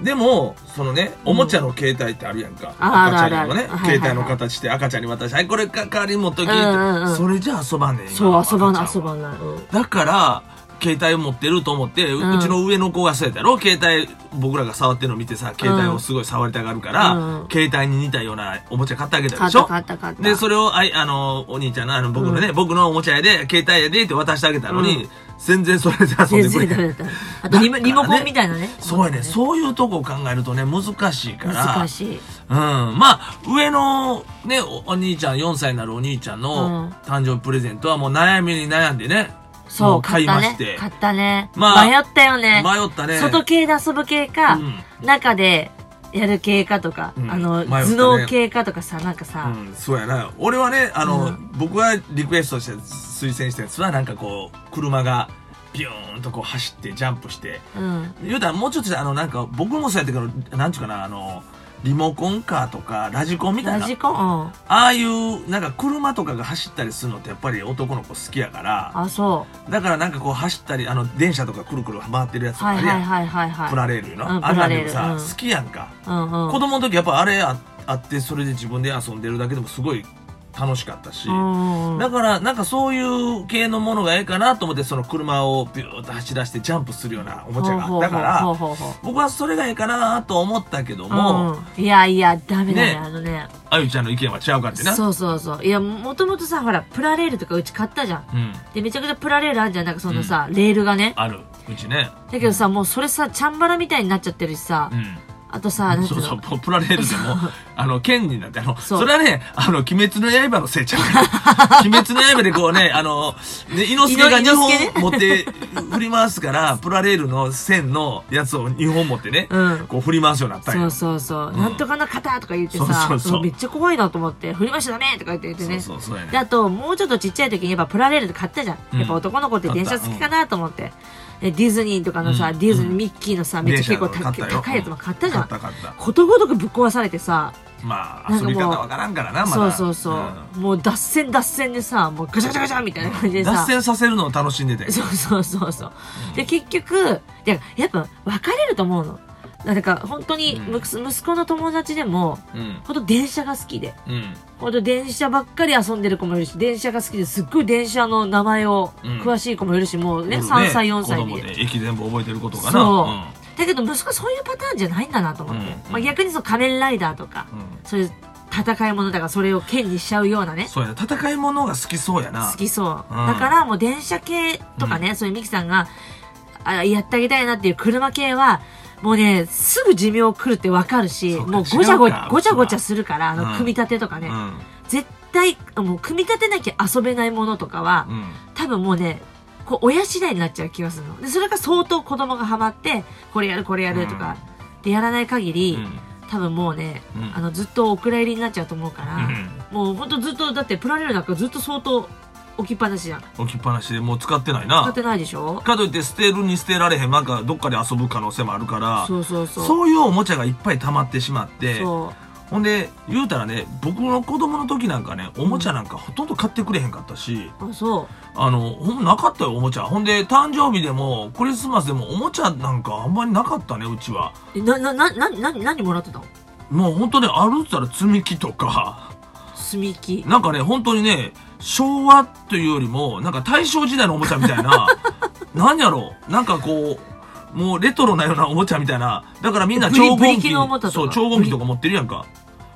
[SPEAKER 1] でも、そのね、おもちゃの携帯ってあるやんか。
[SPEAKER 2] あある
[SPEAKER 1] 赤ちゃんにもね
[SPEAKER 2] あるある、
[SPEAKER 1] 携帯の形して赤ちゃんに渡して、はい、これか代わりに持っときっ
[SPEAKER 2] うんうんうん
[SPEAKER 1] て。それじゃ遊ばねえよ
[SPEAKER 2] そう遊ばな
[SPEAKER 1] 赤
[SPEAKER 2] い
[SPEAKER 1] ち
[SPEAKER 2] 遊
[SPEAKER 1] ゃんは
[SPEAKER 2] ばない、う
[SPEAKER 1] だから携帯を持ってると思って、う
[SPEAKER 2] うん
[SPEAKER 1] うちの上の子がそうやったやろ携帯僕らが触ってるの見てさ携帯をすごい触りたがるから、
[SPEAKER 2] うん
[SPEAKER 1] 携帯に似たようなおもちゃ買ってあげ
[SPEAKER 2] ん、
[SPEAKER 1] た
[SPEAKER 2] 買っ
[SPEAKER 1] でしょ
[SPEAKER 2] た買った買った
[SPEAKER 1] でそれをあいあのお兄ちゃんのあの僕のね、僕のおもちゃやで携帯やでって渡してあげたのに、
[SPEAKER 2] う
[SPEAKER 1] 全然それで遊ん
[SPEAKER 2] 全
[SPEAKER 1] でくれ
[SPEAKER 2] 然ダ
[SPEAKER 1] な
[SPEAKER 2] メ
[SPEAKER 1] い
[SPEAKER 2] だったあとリモ
[SPEAKER 1] だからね
[SPEAKER 2] リモコンみたいなね
[SPEAKER 1] そうやねそういうとこを考えるとね難しいから
[SPEAKER 2] 難しい
[SPEAKER 1] うん、まあ上のねおお兄ちゃん4歳になるお兄ちゃん
[SPEAKER 2] うん
[SPEAKER 1] の誕生日プレゼントはもう悩みに悩んでね
[SPEAKER 2] そ
[SPEAKER 1] も
[SPEAKER 2] う
[SPEAKER 1] う買いまして
[SPEAKER 2] 買ったね買ったね、
[SPEAKER 1] まあ
[SPEAKER 2] 迷ったよね
[SPEAKER 1] 迷ったね
[SPEAKER 2] 外系で遊ぶ系か、
[SPEAKER 1] うん
[SPEAKER 2] 中でやる系かとか、
[SPEAKER 1] うん
[SPEAKER 2] あの、
[SPEAKER 1] 迷ったね
[SPEAKER 2] 頭脳系かとかさなんかさ、
[SPEAKER 1] うん、そうやな俺はねあの、
[SPEAKER 2] うん
[SPEAKER 1] 僕がリクエストして推薦したやつはなんかこう車がビューンとこう走ってジャンプして
[SPEAKER 2] うん
[SPEAKER 1] 言うたらもうちょっとしたあのなんか僕もそうやったけどなんちゅうかなあのリモコンカーとかラジコンみたい
[SPEAKER 2] ラ
[SPEAKER 1] な
[SPEAKER 2] ジコン、
[SPEAKER 1] ああいうなんか車とかが走ったりするのってやっぱり男の子好きやから
[SPEAKER 2] あそ
[SPEAKER 1] だからなんかこう走ったりあの電車とかくるくる回ってるやつ
[SPEAKER 2] う
[SPEAKER 1] とかあ
[SPEAKER 2] はい
[SPEAKER 1] るやん、
[SPEAKER 2] はいはいはいはい
[SPEAKER 1] プラレールの、
[SPEAKER 2] うん
[SPEAKER 1] あんな
[SPEAKER 2] プラ
[SPEAKER 1] んでも
[SPEAKER 2] レー
[SPEAKER 1] さ、
[SPEAKER 2] ルうん
[SPEAKER 1] 好きやんか
[SPEAKER 2] うんうん
[SPEAKER 1] 子供の時やっぱあれああってそれで自分で遊んでるだけでもすごい楽しかったし、
[SPEAKER 2] うんうんう
[SPEAKER 1] だ
[SPEAKER 2] ん
[SPEAKER 1] からなんかそういう系のものがええかなと思ってその車をビューッと走らしてジャンプするようなおもちゃがあったから
[SPEAKER 2] ほうほうほうほう
[SPEAKER 1] 僕はそれがええかなと思ったけど
[SPEAKER 2] ほう
[SPEAKER 1] も、
[SPEAKER 2] うんいやいやダメだね
[SPEAKER 1] ね
[SPEAKER 2] あのね
[SPEAKER 1] あゆちゃんの意見は違うかってな。
[SPEAKER 2] そうそうそういやもともとさほらプラレールとかうち買ったじゃん
[SPEAKER 1] うん、
[SPEAKER 2] でめちゃくちゃプラレールあるじゃんなんかそのさ、レールがね
[SPEAKER 1] あるうちね。
[SPEAKER 2] だけどさもうそれさチャンバラみたいになっちゃってるしさ、
[SPEAKER 1] うん
[SPEAKER 2] あとさなんてい
[SPEAKER 1] そうう
[SPEAKER 2] の
[SPEAKER 1] そうポプラレールでも あの剣になってあの
[SPEAKER 2] そう
[SPEAKER 1] それはねあの鬼滅の刃のせいちゃ うから鬼滅の刃でこうねあのね猪之助が
[SPEAKER 2] 猪
[SPEAKER 1] 2
[SPEAKER 2] 之助ね
[SPEAKER 1] 本持って振り回す からプラレールの線のやつを2本持ってね、
[SPEAKER 2] うん
[SPEAKER 1] こう振り回すようになったん
[SPEAKER 2] そ
[SPEAKER 1] よ
[SPEAKER 2] うそうそう、
[SPEAKER 1] うん
[SPEAKER 2] なんとかの方とか言ってさ
[SPEAKER 1] そうそうそう
[SPEAKER 2] うんめっちゃ怖いなと思って振り回しちゃダメとか言って言ってね
[SPEAKER 1] そうそうそうやね
[SPEAKER 2] であともうちょっとちっちゃい時にやっぱプラレールとか買ったじゃん、
[SPEAKER 1] うん
[SPEAKER 2] やっぱ男の子って電車好きかなと思って、でディズニーとかのさ、
[SPEAKER 1] うん
[SPEAKER 2] ディズニーミッキーのさめっちゃ結構
[SPEAKER 1] 電車の
[SPEAKER 2] 高
[SPEAKER 1] 買ったよ
[SPEAKER 2] 高いやつも買ったじゃん
[SPEAKER 1] 買った買った
[SPEAKER 2] ことごとくぶっ壊されてさ
[SPEAKER 1] まあ
[SPEAKER 2] なん
[SPEAKER 1] 遊
[SPEAKER 2] かもう
[SPEAKER 1] び方わからんからなまだ
[SPEAKER 2] そうそうそう、
[SPEAKER 1] ん
[SPEAKER 2] もう脱線脱線でさもうぐちゃぐちゃぐちゃみたいな感じでさ
[SPEAKER 1] 脱線させるのを楽しんでて
[SPEAKER 2] そうそうそうそう。で、結局、でやっぱ別れると思うの。なんか本当に
[SPEAKER 1] うん
[SPEAKER 2] むくす息子の友達でも、
[SPEAKER 1] うん
[SPEAKER 2] ほんと電車が好きで、
[SPEAKER 1] うん
[SPEAKER 2] ほんと電車ばっかり遊んでる子もいるし、電車が好きですっごい電車の名前を
[SPEAKER 1] うん
[SPEAKER 2] 詳しい子もいるし、もうね、
[SPEAKER 1] おる
[SPEAKER 2] 3歳、4
[SPEAKER 1] 子
[SPEAKER 2] 歳
[SPEAKER 1] 供
[SPEAKER 2] で。
[SPEAKER 1] で駅全部覚えてることかな
[SPEAKER 2] そうだけど息子はそういうパターンじゃないんだなと思って。
[SPEAKER 1] うんうん
[SPEAKER 2] まあ、逆にその仮面ライダーとか、
[SPEAKER 1] うんうん
[SPEAKER 2] そういう戦いものだからそれを剣にしちゃうようなね。
[SPEAKER 1] そうやな戦いものが好きそうやな
[SPEAKER 2] 好きそう、
[SPEAKER 1] うん
[SPEAKER 2] だからもう電車系とかね、そういうミキさんがあやってあげたいなっていう車系はもうねすぐ寿命来るってわかるし
[SPEAKER 1] そうか
[SPEAKER 2] もうごちゃご
[SPEAKER 1] 違うか
[SPEAKER 2] ごちゃごちゃするからあ
[SPEAKER 1] うん
[SPEAKER 2] の組み立てとかね、
[SPEAKER 1] うん
[SPEAKER 2] 絶対もう組み立てなきゃ遊べないものとかは、
[SPEAKER 1] うん
[SPEAKER 2] 多分もうねこう親次第になっちゃう気がするのでそれが相当子供がハマってこれやるこれやるとか、でやらない限り、
[SPEAKER 1] うん
[SPEAKER 2] 多分もうね、
[SPEAKER 1] うん
[SPEAKER 2] あのずっとお蔵入りになっちゃうと思うから。
[SPEAKER 1] うん
[SPEAKER 2] もうほんとずっとだってプラレールなんかずっと相当置きっぱなしじゃん
[SPEAKER 1] 置きっぱなしでもう使ってない
[SPEAKER 2] 使っ
[SPEAKER 1] な
[SPEAKER 2] てないでしょ
[SPEAKER 1] かといって捨てるに捨てられへんなんかどっかで遊ぶ可能性もあるから
[SPEAKER 2] そうそうそうそう
[SPEAKER 1] そういうおもちゃがいっぱい溜まってしまって
[SPEAKER 2] そ
[SPEAKER 1] ほんで言うたらね僕の子供の時なんかねおもちゃなんかほとんど買ってくれへんかったし、
[SPEAKER 2] うあそ
[SPEAKER 1] あのほんまなかったよおもちゃほんで誕生日でもクリスマスでもおもちゃなんかあんまりなかったねうちは
[SPEAKER 2] うえななななな何もらってたの
[SPEAKER 1] もうほんとねあるったら積み木とか
[SPEAKER 2] 積み木
[SPEAKER 1] なんかね本当にね昭和というよりもなんか大正時代のおもちゃみたい ななんやろなんかこうもうレトロなようなおもちゃみたいなだからみんな
[SPEAKER 2] ブリ
[SPEAKER 1] 超
[SPEAKER 2] ブ
[SPEAKER 1] 合
[SPEAKER 2] リキ
[SPEAKER 1] 金
[SPEAKER 2] のおもちゃとか
[SPEAKER 1] そう超合金とか持ってるやんか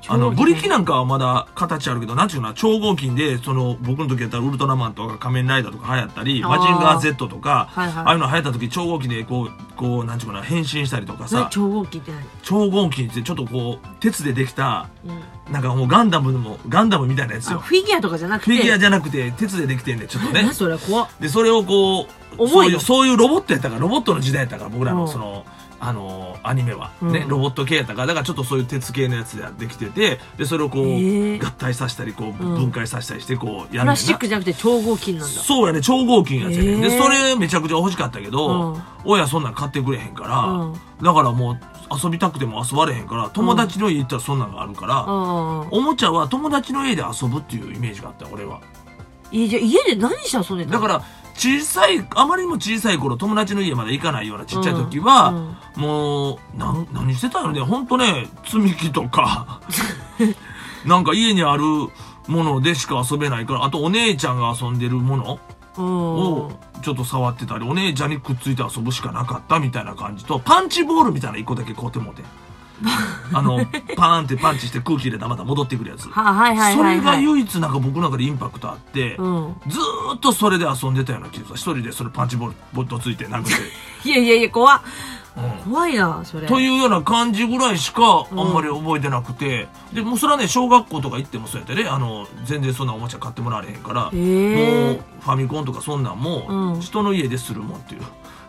[SPEAKER 1] あのブリキなんかはまだ形あるけどなんちゅうのかな超合金でその僕の時やったらウルトラマンとか仮面ライダーとか流行ったり
[SPEAKER 2] あー
[SPEAKER 1] マジンガー Z とか
[SPEAKER 2] はいはい
[SPEAKER 1] ああいうの流行った時超合金でこうこうなんちゅうかな変身したりとか
[SPEAKER 2] 何
[SPEAKER 1] さ
[SPEAKER 2] 超合金って何、
[SPEAKER 1] 超合金ってちょっとこう鉄でできた
[SPEAKER 2] うん、
[SPEAKER 1] なんかもうガンダムのガンダムみたいなやつ
[SPEAKER 2] あ
[SPEAKER 1] よ
[SPEAKER 2] フィギュアとかじゃなくて
[SPEAKER 1] フィギュアじゃなくて鉄でできてんねんちょっとね
[SPEAKER 2] 何それ怖っ
[SPEAKER 1] でそれをこうそ
[SPEAKER 2] 重
[SPEAKER 1] う
[SPEAKER 2] い
[SPEAKER 1] いう
[SPEAKER 2] の
[SPEAKER 1] そういうロボットやったからロボットの時代やったから僕ら
[SPEAKER 2] う
[SPEAKER 1] の
[SPEAKER 2] ん
[SPEAKER 1] その、あのーアニメは、ね
[SPEAKER 2] うん
[SPEAKER 1] ロボット系やったからだからちょっとそういう鉄系のやつでできててでそれをこう、
[SPEAKER 2] へえ
[SPEAKER 1] 合体させたりこう
[SPEAKER 2] うん
[SPEAKER 1] 分解させたりしてこうや
[SPEAKER 2] プ
[SPEAKER 1] るねんな
[SPEAKER 2] ラスチックじゃなくて超合金なんだ
[SPEAKER 1] そうやね超合金やつやねん、
[SPEAKER 2] へえ
[SPEAKER 1] でそれめちゃくちゃ欲しかったけど、
[SPEAKER 2] うん
[SPEAKER 1] 親そんなん買ってくれへんから、
[SPEAKER 2] うん
[SPEAKER 1] だからもう遊びたくても遊ばれへんから友達の家行ったらそんなんがあるから、
[SPEAKER 2] ああ
[SPEAKER 1] おもちゃは友達の家で遊ぶっていうイメージがあった俺は。
[SPEAKER 2] いいじゃあ家で何して遊んでた
[SPEAKER 1] だ
[SPEAKER 2] の
[SPEAKER 1] から小さいあまりにも小さい頃友達の家まで行かないようなちっちゃい時は、もうなん何してたのねほんとね積み木とか なんか家にあるものでしか遊べないからあとお姉ちゃんが遊んでるもの
[SPEAKER 2] うんうん、う
[SPEAKER 1] を
[SPEAKER 2] ん
[SPEAKER 1] ちょっと触ってたりお姉ちゃんにくっついて遊ぶしかなかったみたいな感じとパンチボールみたいな一個だけこうやって持 ってあのパーンってパンチして空気入れたらまた戻ってくるやつ。
[SPEAKER 2] ははいはい
[SPEAKER 1] そ
[SPEAKER 2] はい、
[SPEAKER 1] れが
[SPEAKER 2] はい、
[SPEAKER 1] 唯一なんか僕の中でインパクトあって、
[SPEAKER 2] うん、
[SPEAKER 1] ずーっとそれで遊んでたような気がする一人でそれパンチボールボットついて 殴って、
[SPEAKER 2] いやいやいや怖っ
[SPEAKER 1] うん
[SPEAKER 2] 怖いなそれ
[SPEAKER 1] というような感じぐらいしかあ
[SPEAKER 2] うん
[SPEAKER 1] んまり覚えてなくて、でもうそれはね小学校とか行ってもそうやってねあの全然そんなおもちゃ買ってもらわれへんから、
[SPEAKER 2] へ
[SPEAKER 1] も
[SPEAKER 2] え
[SPEAKER 1] うファミコンとかそんなんも
[SPEAKER 2] うん
[SPEAKER 1] 人の家でするもんっていう。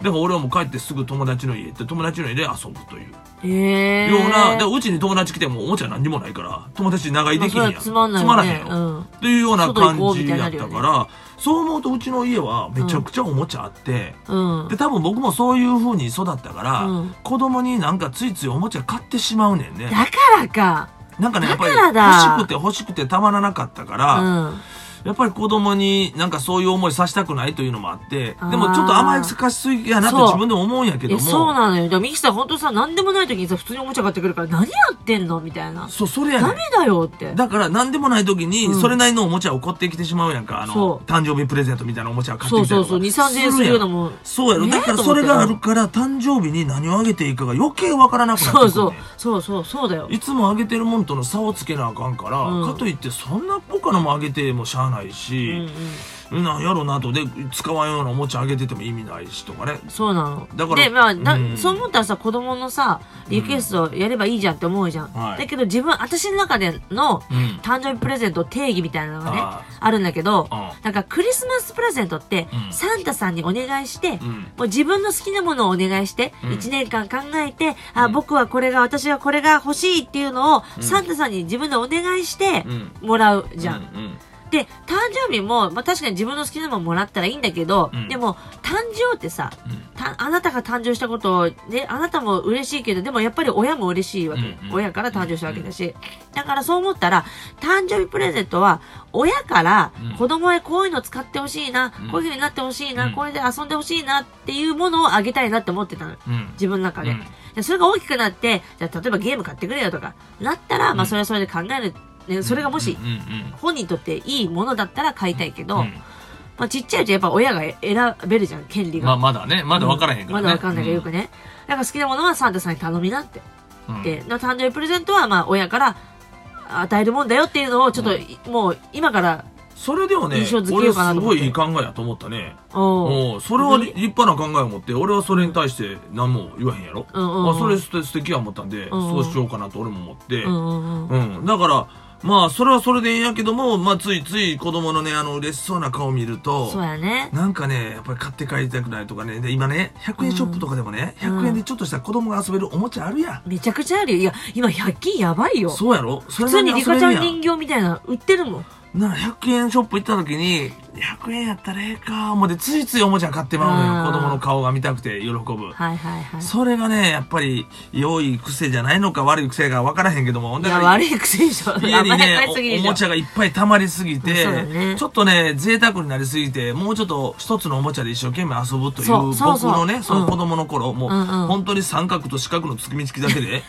[SPEAKER 1] だから俺はもう帰ってすぐ友達の家行って友達の家で遊ぶというよ
[SPEAKER 2] ええ
[SPEAKER 1] うな、でうちに友達来てもおもちゃ何にもないから友達長居できんやん
[SPEAKER 2] まあそれはつまんない
[SPEAKER 1] つまら
[SPEAKER 2] よ
[SPEAKER 1] へ
[SPEAKER 2] ね
[SPEAKER 1] んよ、
[SPEAKER 2] うん
[SPEAKER 1] っていうような感じや
[SPEAKER 2] 外行こうみたいに
[SPEAKER 1] っ
[SPEAKER 2] な
[SPEAKER 1] た
[SPEAKER 2] る
[SPEAKER 1] か
[SPEAKER 2] よね
[SPEAKER 1] ら、そう思うとうちの家はめちゃくちゃおもちゃあって、
[SPEAKER 2] うん
[SPEAKER 1] で多分僕もそういう風に育ったから、
[SPEAKER 2] うん
[SPEAKER 1] 子供になんかついついおもちゃ買ってしまうねんね
[SPEAKER 2] だからか
[SPEAKER 1] なんかねやっぱり
[SPEAKER 2] だからだ
[SPEAKER 1] 欲しくて欲しくてたまらなかったから、
[SPEAKER 2] うん
[SPEAKER 1] やっぱり子供になんかそういう思いさせたくないというのもあって
[SPEAKER 2] あー
[SPEAKER 1] でもちょっと甘やかしすぎやなって
[SPEAKER 2] そう
[SPEAKER 1] 自分でも思うんやけ
[SPEAKER 2] い
[SPEAKER 1] ど
[SPEAKER 2] やそう
[SPEAKER 1] も
[SPEAKER 2] なのよだからミキさん本当さ何でもない時にさ普通におもちゃ買ってくるから何やってんのみたいな
[SPEAKER 1] そうそれやね
[SPEAKER 2] ダ
[SPEAKER 1] ん
[SPEAKER 2] メだよって
[SPEAKER 1] だから何でもない時に
[SPEAKER 2] うん
[SPEAKER 1] それなりのおもちゃを買ってきてしまうやんか、あの
[SPEAKER 2] そう
[SPEAKER 1] 誕生日プレゼントみたいなおもちゃを買って
[SPEAKER 2] そう
[SPEAKER 1] きた
[SPEAKER 2] そ
[SPEAKER 1] り
[SPEAKER 2] う
[SPEAKER 1] とか
[SPEAKER 2] そう23年するようなもん
[SPEAKER 1] そうやろ、
[SPEAKER 2] ね
[SPEAKER 1] だからそれがあるから誕生日に何をあげていいかが余計わからなくなってく
[SPEAKER 2] そ
[SPEAKER 1] る、
[SPEAKER 2] う
[SPEAKER 1] ね、
[SPEAKER 2] そうそうそうそうだよ
[SPEAKER 1] いつもあげてるもんとの差をつけなあかんから、
[SPEAKER 2] うん
[SPEAKER 1] かといってそんな他のもあげてもしゃあな
[SPEAKER 2] う
[SPEAKER 1] い
[SPEAKER 2] んう
[SPEAKER 1] し
[SPEAKER 2] ん、
[SPEAKER 1] なんやろなとで使わんようなおもちゃあげてても意味ないしとかね
[SPEAKER 2] そうなの
[SPEAKER 1] だから
[SPEAKER 2] でまあな
[SPEAKER 1] うん
[SPEAKER 2] そう思ったらさ子供のさリクエストやればいいじゃんって思うじゃん
[SPEAKER 1] はい
[SPEAKER 2] だけど自分私の中での
[SPEAKER 1] うん
[SPEAKER 2] 誕生日プレゼント定義みたいなのがね
[SPEAKER 1] あ
[SPEAKER 2] あるんだけど
[SPEAKER 1] あ
[SPEAKER 2] なんかクリスマスプレゼントって
[SPEAKER 1] うん
[SPEAKER 2] サンタさんにお願いして
[SPEAKER 1] うん
[SPEAKER 2] もう自分の好きなものをお願いして、
[SPEAKER 1] うん
[SPEAKER 2] 1年間考えて、あ、
[SPEAKER 1] うん
[SPEAKER 2] 僕はこれが、私はこれが欲しいっていうのを、
[SPEAKER 1] うん
[SPEAKER 2] サンタさんに自分でお願いして
[SPEAKER 1] う、ん
[SPEAKER 2] もらうじゃん。
[SPEAKER 1] うんうん
[SPEAKER 2] で、誕生日も、まあ確かに自分の好きなものもらったらいいんだけど、
[SPEAKER 1] うん
[SPEAKER 2] でも、誕生ってさ、
[SPEAKER 1] うん
[SPEAKER 2] 誕たあなたが誕生したことを、ね、あなたも嬉しいけどでもやっぱり親も嬉しいわけ、
[SPEAKER 1] うんうん
[SPEAKER 2] 親から誕生したわけだし、だからそう思ったら誕生日プレゼントは親から
[SPEAKER 1] うん
[SPEAKER 2] 子供へこういうの使ってほしいな、
[SPEAKER 1] うん
[SPEAKER 2] こういうふうになってほしいな、
[SPEAKER 1] うん
[SPEAKER 2] これで遊んでほしいなっていうものをあげたいなって思ってたの
[SPEAKER 1] うん
[SPEAKER 2] 自分の中で、
[SPEAKER 1] うん
[SPEAKER 2] でそれが大きくなってじゃあ例えばゲーム買ってくれよとかなったら、ま
[SPEAKER 1] う
[SPEAKER 2] あ
[SPEAKER 1] ん
[SPEAKER 2] それはそれで考える、ね、それがもし
[SPEAKER 1] うんうん
[SPEAKER 2] 本人にとっていいものだったら買いたいけど、
[SPEAKER 1] うんうん
[SPEAKER 2] まあ、ちっちゃいうちはやっぱ親が選べるじゃん権利が、
[SPEAKER 1] まあまだねまだ分からへんからね
[SPEAKER 2] まだ分かんないからよくね、だから好きなものはサンタさんに頼みなって、
[SPEAKER 1] うん
[SPEAKER 2] での誕生日プレゼントはまあ親から与えるもんだよっていうのをちょっと、もう今から
[SPEAKER 1] それでもね
[SPEAKER 2] 印象づけよ
[SPEAKER 1] 俺
[SPEAKER 2] うかな
[SPEAKER 1] す
[SPEAKER 2] と思っ
[SPEAKER 1] ご
[SPEAKER 2] て
[SPEAKER 1] いいい考えやと思ったね
[SPEAKER 2] おう
[SPEAKER 1] おうそれは立派な考えを持って俺はそれに対して何も言わへんやろ
[SPEAKER 2] うんうんうん
[SPEAKER 1] あそれすて素敵や思ったんで
[SPEAKER 2] うんうん
[SPEAKER 1] そうしようかなと俺も思って
[SPEAKER 2] うんうんうん
[SPEAKER 1] うんだからまあそれはそれでいいんやけどもまあついつい子供のねあの嬉しそうな顔見ると
[SPEAKER 2] そうやね
[SPEAKER 1] なんかね、やっぱり買って帰りたくないとかね、で今ね、100円ショップとかでもね、
[SPEAKER 2] うん
[SPEAKER 1] 100円でちょっとした子供が遊べるおもちゃあるやん。
[SPEAKER 2] めちゃくちゃあるよいや今100均やばいよ
[SPEAKER 1] そうやろ
[SPEAKER 2] 普
[SPEAKER 1] それ
[SPEAKER 2] 通
[SPEAKER 1] な
[SPEAKER 2] に
[SPEAKER 1] りに
[SPEAKER 2] リカ
[SPEAKER 1] 遊べる
[SPEAKER 2] ちゃん
[SPEAKER 1] やん。
[SPEAKER 2] 人形みたいなの売ってるもん
[SPEAKER 1] なら100円ショップ行った時に、100円やったらええか、もうでついついおもちゃ買ってまう
[SPEAKER 2] う
[SPEAKER 1] の
[SPEAKER 2] ん
[SPEAKER 1] よ。子供の顔が見たくて喜ぶ。
[SPEAKER 2] はいはいはい
[SPEAKER 1] それがね、やっぱり良い癖じゃないのか悪い癖が分からへんけども、
[SPEAKER 2] い
[SPEAKER 1] だ
[SPEAKER 2] や
[SPEAKER 1] から
[SPEAKER 2] 悪い癖でしょ
[SPEAKER 1] 家に
[SPEAKER 2] 甘や
[SPEAKER 1] ね
[SPEAKER 2] かしすぎで
[SPEAKER 1] お、お
[SPEAKER 2] しょ
[SPEAKER 1] もちゃがいっぱい溜まりすぎて、
[SPEAKER 2] そうだね
[SPEAKER 1] ちょっとね、贅沢になりすぎて、もうちょっと一つのおもちゃで一生懸命遊ぶという、
[SPEAKER 2] そうそうそう
[SPEAKER 1] 僕のね、そ
[SPEAKER 2] うん
[SPEAKER 1] の子供の頃、もう、
[SPEAKER 2] うんうん
[SPEAKER 1] 本当に三角と四角の月道だ けで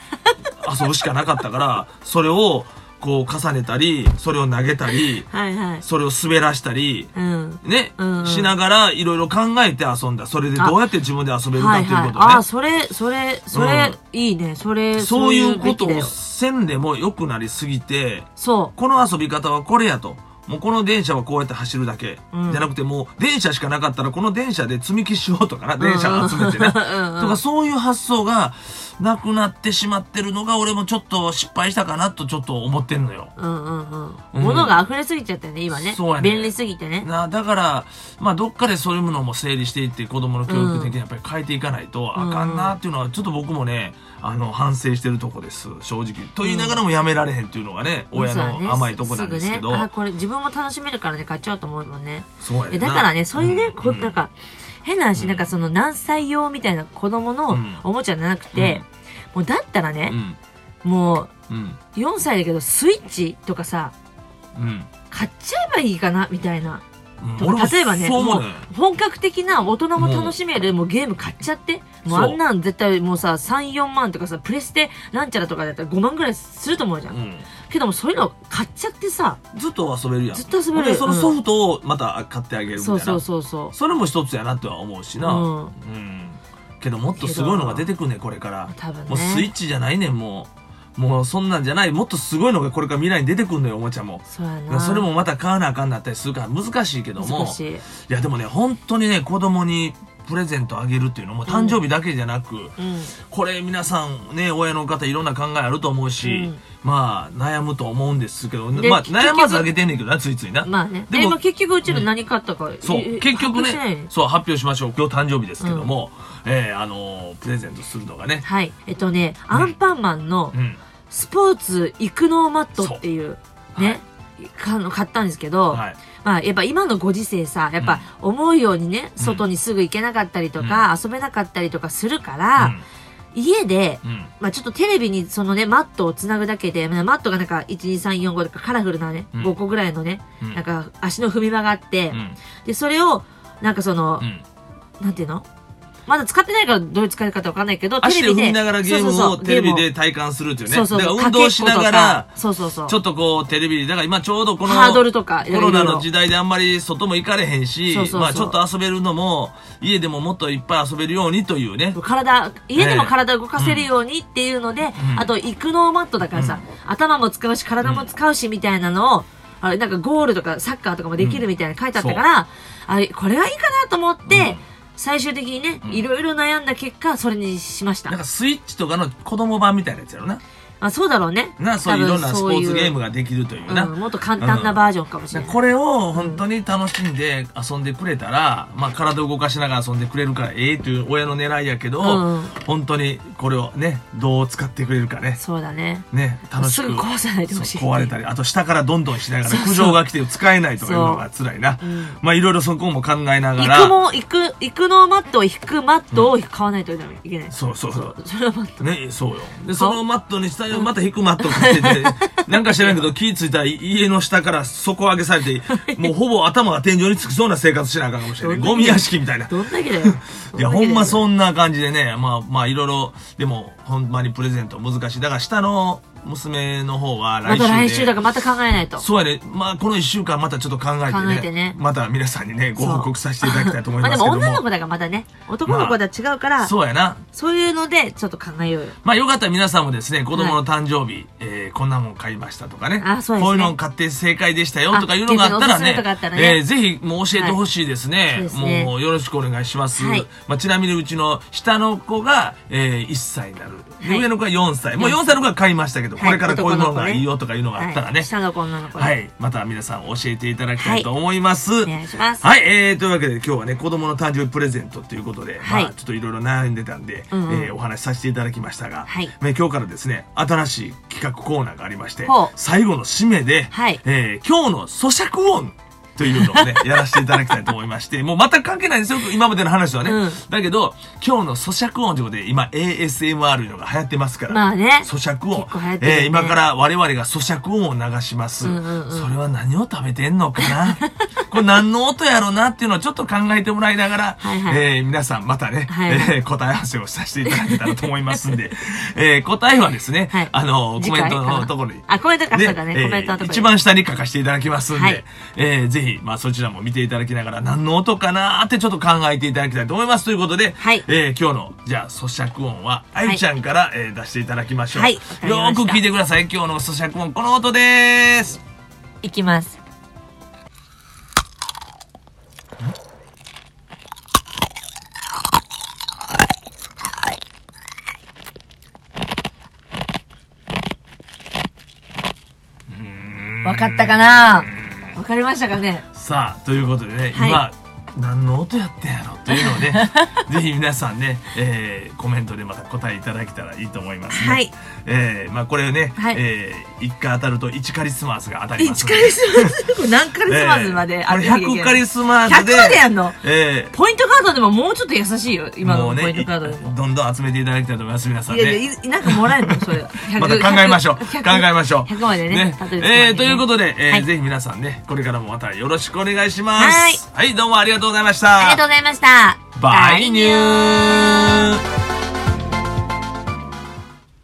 [SPEAKER 1] 遊ぶしかなかったから、それをこう重ねたり、それを投げたり、
[SPEAKER 2] はいはい
[SPEAKER 1] それを滑らしたり、
[SPEAKER 2] うん
[SPEAKER 1] ね、
[SPEAKER 2] うんうん
[SPEAKER 1] しながらいろいろ考えて遊んだ。それでどうやって自分で遊べるか
[SPEAKER 2] は
[SPEAKER 1] とい
[SPEAKER 2] いう
[SPEAKER 1] ことね。
[SPEAKER 2] はいああそれそれそれ、
[SPEAKER 1] うん
[SPEAKER 2] いいねそれ
[SPEAKER 1] そういうこと
[SPEAKER 2] そういうべきだ
[SPEAKER 1] を
[SPEAKER 2] よ
[SPEAKER 1] せんでも良くなりすぎて、
[SPEAKER 2] そ
[SPEAKER 1] この遊び方はこれやと。もうこの電車はこうやって走るだけ、
[SPEAKER 2] うん
[SPEAKER 1] じゃなくてもう電車しかなかったらこの電車で積み木しようとかな、電車集め てね。
[SPEAKER 2] う
[SPEAKER 1] と
[SPEAKER 2] んうん
[SPEAKER 1] かそういう発想がなくなってしまってるのが俺もちょっと失敗したかなとちょっと思ってんのよ。
[SPEAKER 2] うんうんうん
[SPEAKER 1] うん
[SPEAKER 2] 物が溢れすぎちゃったよね今ね
[SPEAKER 1] そうやね
[SPEAKER 2] 便利すぎてね
[SPEAKER 1] なだから、まあ、どっかでそういうものも整理していって子供の教育的にやっぱり変えていかないとあかんなっていうのはちょっと僕もねあの反省してるとこです正直。と言いながらもやめられへんっていうのがね、親
[SPEAKER 2] そうだね
[SPEAKER 1] の甘いとこなんですけど
[SPEAKER 2] ぐね、あこれ自分も楽しめるからね買っちゃおうと思うもんね
[SPEAKER 1] そうや
[SPEAKER 2] え
[SPEAKER 1] ねん
[SPEAKER 2] だ
[SPEAKER 1] な
[SPEAKER 2] からねそういうね、こ
[SPEAKER 1] うん
[SPEAKER 2] なんか変な話、
[SPEAKER 1] うん
[SPEAKER 2] なんかその何歳用みたいな子供
[SPEAKER 1] う
[SPEAKER 2] の
[SPEAKER 1] ん
[SPEAKER 2] おもちゃじゃなくて、もうだったら
[SPEAKER 1] う
[SPEAKER 2] ね、
[SPEAKER 1] ん
[SPEAKER 2] もう
[SPEAKER 1] うん
[SPEAKER 2] 4歳だけどスイッチとかさ
[SPEAKER 1] うん
[SPEAKER 2] 買っちゃえばいいかなみたいな
[SPEAKER 1] うん
[SPEAKER 2] とか
[SPEAKER 1] 俺も
[SPEAKER 2] 例えばね
[SPEAKER 1] そう思うね
[SPEAKER 2] 本格的な大人も楽しめるもうゲーム買っちゃってもうあ
[SPEAKER 1] そうん
[SPEAKER 2] なん絶対もうさ34万とかさプレステなんちゃらとかだったら5万ぐらいすると思うじゃん、けどもそういうの買っちゃってさ
[SPEAKER 1] うんずっと遊べるやん
[SPEAKER 2] ずっと遊べる
[SPEAKER 1] でそのソフトをまた買ってあげるみたい
[SPEAKER 2] そう
[SPEAKER 1] な
[SPEAKER 2] そうそうそ
[SPEAKER 1] それも一つやなとは思うし
[SPEAKER 2] う、
[SPEAKER 1] なうん、
[SPEAKER 2] うん、
[SPEAKER 1] けどもっとすごいのが出てくんねんこれから
[SPEAKER 2] 多分ね
[SPEAKER 1] もうスイッチじゃないねんもうもうそんなんじゃないもっとすごいのがこれから未来に出てくんのよおもちゃも
[SPEAKER 2] そうやな
[SPEAKER 1] それもまた買わなあかんなったりするから難しいけども
[SPEAKER 2] 難しい、
[SPEAKER 1] いやでもね本当にね子供にプレゼントあげるっていうのも誕生日だけじゃなく、
[SPEAKER 2] うん、
[SPEAKER 1] これ皆さんね親の方いろんな考えあると思うし、
[SPEAKER 2] うん
[SPEAKER 1] まあ悩むと思うんですけど、
[SPEAKER 2] で
[SPEAKER 1] まあ、
[SPEAKER 2] 結局
[SPEAKER 1] 悩まずあげてんねんけどなついついな、
[SPEAKER 2] まあね
[SPEAKER 1] で
[SPEAKER 2] で
[SPEAKER 1] も
[SPEAKER 2] も結局うちら何買ったか、
[SPEAKER 1] そ
[SPEAKER 2] え
[SPEAKER 1] う結
[SPEAKER 2] 把
[SPEAKER 1] 局
[SPEAKER 2] 握してない
[SPEAKER 1] ねそう発表しましょう今日誕生日ですけども、えーあのープレゼントするのがね、
[SPEAKER 2] はいえっとねアンパンマンの
[SPEAKER 1] うん
[SPEAKER 2] スポーツ育能マットっていう
[SPEAKER 1] そう
[SPEAKER 2] ねかの買ったんですけど、
[SPEAKER 1] はい、
[SPEAKER 2] まあやっぱ今のご時世さやっぱ思うようにね、
[SPEAKER 1] うん
[SPEAKER 2] 外にすぐ行けなかったりとか、遊べなかったりとかするから、家で
[SPEAKER 1] うんうん
[SPEAKER 2] まあちょっとテレビにそのね、マットをつなぐだけで、まあマットがなんか、1、2、3、4、5とかカラフルなね、
[SPEAKER 1] うん
[SPEAKER 2] 5個ぐらいのね、
[SPEAKER 1] うん
[SPEAKER 2] なんか足の踏み場があって、
[SPEAKER 1] うん
[SPEAKER 2] で、それを、なんかその
[SPEAKER 1] う、ん
[SPEAKER 2] なんていうのまだ使ってないからどういう使い方わかんないけど、
[SPEAKER 1] 足で踏みながらゲーム
[SPEAKER 2] そうそう
[SPEAKER 1] を
[SPEAKER 2] そう
[SPEAKER 1] テレビ
[SPEAKER 2] ゲ
[SPEAKER 1] で
[SPEAKER 2] ーム
[SPEAKER 1] 体感するっていう
[SPEAKER 2] を
[SPEAKER 1] ね
[SPEAKER 2] そうそうそう
[SPEAKER 1] だから運動しながら
[SPEAKER 2] かけっことかそうそうそう。
[SPEAKER 1] ちょっとこうテレビだから今ちょうどこの
[SPEAKER 2] ハードルとか、
[SPEAKER 1] コロナの
[SPEAKER 2] い
[SPEAKER 1] 時代であんまり外も行かれへんし
[SPEAKER 2] そうそうそう
[SPEAKER 1] まあちょっと遊べるのも家でももっといっぱい遊べるようにというね
[SPEAKER 2] ろいろ体、家でも体動かせるようにっていうので、
[SPEAKER 1] うん
[SPEAKER 2] あと、育能マットだからさ、頭も使うし、体も使うし、みたいなのを、あれ、なんかゴールとかサッカーとかもできるみたいなの書いてあったから、あれ、これはいいかなと思って、
[SPEAKER 1] うん
[SPEAKER 2] 最終的にね
[SPEAKER 1] う、ん
[SPEAKER 2] いろいろ悩んだ結果、それにしました。
[SPEAKER 1] なんかスイッチとかの子供版みたいなやつやろな
[SPEAKER 2] あ、そうだろうね。
[SPEAKER 1] なそういういろんなスポーツゲーム
[SPEAKER 2] が、
[SPEAKER 1] ができるというな、
[SPEAKER 2] うん、もっと簡単なバージョンかもしれない。
[SPEAKER 1] これを本当に楽しんで遊んでくれたら、まあ、体を動かしながら遊んでくれるからええという親の狙いやけど、
[SPEAKER 2] うん
[SPEAKER 1] 本当にこれをねどう使ってくれるかね
[SPEAKER 2] そうだね。
[SPEAKER 1] ね楽し
[SPEAKER 2] す
[SPEAKER 1] く
[SPEAKER 2] ぐ壊さないでほしい、
[SPEAKER 1] そう壊れたりあと下からどんどんしながら苦情が来て使えないとかいうのが辛いな、
[SPEAKER 2] ん
[SPEAKER 1] まあいろいろそこも考えながら
[SPEAKER 2] 育も、育、育のマットを引くマットを買わないといけない。
[SPEAKER 1] そうそうそう
[SPEAKER 2] それはマット。
[SPEAKER 1] ねそうよでそのマットに下にまた引くマットを買って てなんか知らんけど気ぃついたら家の下から底上げされてもうほぼ頭が天井につくそうな生活しなあかんかもしれない
[SPEAKER 2] どんだけ
[SPEAKER 1] ゴミ屋敷みたいな
[SPEAKER 2] どんだけだよ。
[SPEAKER 1] いやほんま
[SPEAKER 2] う。
[SPEAKER 1] そんな感じでねまあまあいろいろでもほんまにプレゼント難しいだから下の娘の方は
[SPEAKER 2] ま
[SPEAKER 1] 来週
[SPEAKER 2] た
[SPEAKER 1] で
[SPEAKER 2] 来週だからまた考えないと。
[SPEAKER 1] そうやね。まあ、この一週間またちょっと考えてね。
[SPEAKER 2] 考えてね
[SPEAKER 1] また皆さんにね、ご報告させていただきたいと思いますけど
[SPEAKER 2] ま
[SPEAKER 1] も。
[SPEAKER 2] あでも女の子だからまだね、男の子とは違うから、そう
[SPEAKER 1] そうやな。
[SPEAKER 2] いうのでちょっと考えようよ。
[SPEAKER 1] まあ、よかったら皆さんもですね、子供の誕生日、えーこんなもん買いましたとかね。
[SPEAKER 2] あそうですね
[SPEAKER 1] こういうの買って正解でしたよとかいうのがあったら
[SPEAKER 2] あ逆におすすめ
[SPEAKER 1] ね
[SPEAKER 2] とかあったら、ね
[SPEAKER 1] えーぜひもう教えてほしいですね。
[SPEAKER 2] いそうですね
[SPEAKER 1] もうよろしくお願いします。
[SPEAKER 2] はい
[SPEAKER 1] まあ、ちなみにうちの下の子が、えー1歳になる。
[SPEAKER 2] はい
[SPEAKER 1] 上の子は4歳。もう4歳の子は買いましたけど、
[SPEAKER 2] はい
[SPEAKER 1] これからこういうものが
[SPEAKER 2] 男の子ね
[SPEAKER 1] いいよとかいうのがあったらね。
[SPEAKER 2] はい、下の子女の子で。
[SPEAKER 1] はい。また皆さん教えていただきたいと思います。
[SPEAKER 2] お願いします。
[SPEAKER 1] はい、えー、というわけで今日はね子供の誕生日プレゼントということで、
[SPEAKER 2] はい
[SPEAKER 1] まあ、ちょっといろいろ悩んでたんで、
[SPEAKER 2] うんうん
[SPEAKER 1] えーお話しさせていただきましたが、
[SPEAKER 2] はい
[SPEAKER 1] ね今日からですね新しい企画コーナーがありまして
[SPEAKER 2] ほう
[SPEAKER 1] 最後の締めで、
[SPEAKER 2] はい
[SPEAKER 1] えー今日の咀嚼音というのを ねやらせていただきたいと思いましてもう全く関係ないんですよ今までの話とはね、
[SPEAKER 2] うん
[SPEAKER 1] だけど今日の咀嚼音ということで今 ASMR いうのが流行ってますから、
[SPEAKER 2] まあね。
[SPEAKER 1] 咀嚼音
[SPEAKER 2] 結構流行っ、てるよね
[SPEAKER 1] えー今から我々が咀嚼音を流します、
[SPEAKER 2] うんうんうん
[SPEAKER 1] それは何を食べてんのか なこれ何の音やろなっていうのをちょっと考えてもらいながら、
[SPEAKER 2] はいはい
[SPEAKER 1] えー皆さんまたね、
[SPEAKER 2] はい
[SPEAKER 1] えー答え合わせをさせていただけたらと思いま すんで、えー答えはですね、
[SPEAKER 2] はい
[SPEAKER 1] あのコ
[SPEAKER 2] 次回
[SPEAKER 1] メント
[SPEAKER 2] か
[SPEAKER 1] の
[SPEAKER 2] な
[SPEAKER 1] ところに。
[SPEAKER 2] あ、コメントか、そうだね。
[SPEAKER 1] えー
[SPEAKER 2] コメントのところに
[SPEAKER 1] 一番下に書かせていただきますんで、
[SPEAKER 2] はい
[SPEAKER 1] えーぜひ、まあ、そちらも見ていただきながら何の音かなーってちょっと考えていただきたいと思いますということで、
[SPEAKER 2] はい
[SPEAKER 1] えー今日のじゃあ咀嚼音はあゆちゃんから、えー出していただきましょう、
[SPEAKER 2] はい
[SPEAKER 1] よ
[SPEAKER 2] わかりま
[SPEAKER 1] ー
[SPEAKER 2] した
[SPEAKER 1] く聞いてください今日の咀嚼音この音です
[SPEAKER 2] いきます。わかったかなわかりましたかね
[SPEAKER 1] さあということでね、
[SPEAKER 2] はい
[SPEAKER 1] 今何の音やったんやろというのをね ぜひ皆さんね、えーコメントでまた答えいただけたらいいと思いますね。
[SPEAKER 2] はい
[SPEAKER 1] えーまあ、これね、
[SPEAKER 2] はい
[SPEAKER 1] えー、1回当たると1カリスマスが当たります
[SPEAKER 2] 1
[SPEAKER 1] ので
[SPEAKER 2] カリスマスこれ何カリスマスまで
[SPEAKER 1] えーこれ100カリ
[SPEAKER 2] ス
[SPEAKER 1] スマ
[SPEAKER 2] 100
[SPEAKER 1] スで
[SPEAKER 2] までやんの
[SPEAKER 1] えー
[SPEAKER 2] ポイントカードでももうちょっと優しいよ今
[SPEAKER 1] も
[SPEAKER 2] の
[SPEAKER 1] う
[SPEAKER 2] ポイ
[SPEAKER 1] ね
[SPEAKER 2] ントカードでも
[SPEAKER 1] どんどん集めていただきたいと思います皆さん
[SPEAKER 2] いや
[SPEAKER 1] ね
[SPEAKER 2] いやいなんかもらえるのそれ100
[SPEAKER 1] また考えましょう考
[SPEAKER 2] 100
[SPEAKER 1] えましょう
[SPEAKER 2] 100までねたどり着くまでね
[SPEAKER 1] えーということで、えー
[SPEAKER 2] はい
[SPEAKER 1] ぜひ皆さんねこれからもまたよろしくお願いしますはいどうもありがとうございました
[SPEAKER 2] ありがとうございました
[SPEAKER 1] バイニュー